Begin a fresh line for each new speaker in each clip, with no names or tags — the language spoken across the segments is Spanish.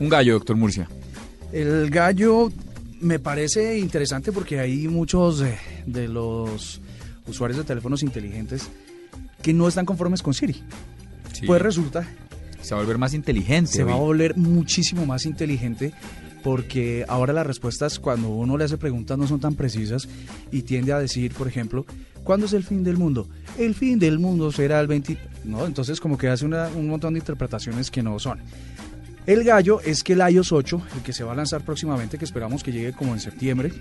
Un gallo, doctor Murcia.
El gallo me parece interesante porque hay muchos eh, de los usuarios de teléfonos inteligentes que no están conformes con Siri.
Sí.
Pues resulta
se va a volver más inteligente.
se va a
oye.
volver muchísimo más inteligente porque ahora las respuestas cuando uno le hace preguntas no son tan precisas y tiende a decir, por ejemplo, ¿cuándo es el fin del mundo? El fin del mundo será el 20... No, entonces como que hace una- un montón de interpretaciones que no son. El gallo es que el iOS 8, el que se va a lanzar próximamente, que esperamos que llegue como en septiembre,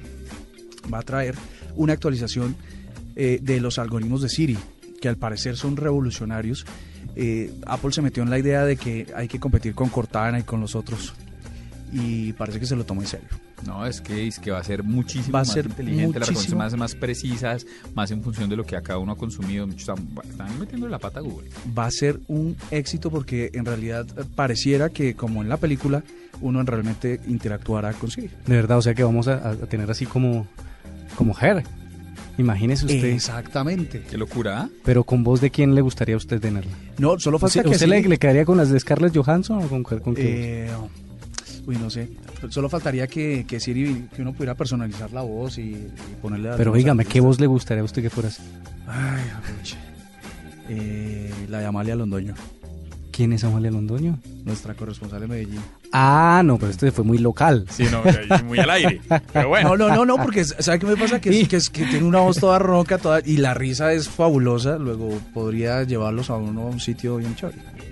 va a traer una actualización eh, de los algoritmos de Siri, que al parecer son revolucionarios. Eh, Apple se metió en la idea de que hay que competir con Cortana y con los otros, y parece que se lo tomó en serio.
No, es que, es que va a ser muchísimo
Va a
más
ser
inteligente, las
muchísimo.
recomendaciones más precisas, más en función de lo que a cada uno ha consumido. Muchos Están, están metiendo la pata a Google.
Va a ser un éxito porque en realidad eh, pareciera que, como en la película, uno realmente interactuará con Siri.
De verdad, o sea que vamos a, a tener así como, como Her. Imagínese usted.
Eh. Exactamente.
Qué locura. ¿eh?
Pero con voz de quién le gustaría a usted tenerla.
No, solo falta
¿Usted,
que
usted le,
Siri-
le quedaría con las de Scarlett Johansson o con, cuál- con qué voz?
Eh, uy, no sé. Solo faltaría que, que Siri, que uno pudiera personalizar la voz y, y ponerle.
Pero
algunos
dígame, ¿qué
artistas.
voz le gustaría a usted que fuera así?
Ay, aproveche. Eh, la de Amalia Londoño,
¿Quién es Amalia Londoño?
nuestra corresponsal de Medellín.
Ah, no, pero este fue muy local.
Sí, no, ahí muy al aire. Pero bueno.
No, no, no, no, porque ¿sabe qué me pasa? Que, es, que, es, que tiene una voz toda roca toda, y la risa es fabulosa. Luego podría llevarlos a uno a un sitio bien chévere.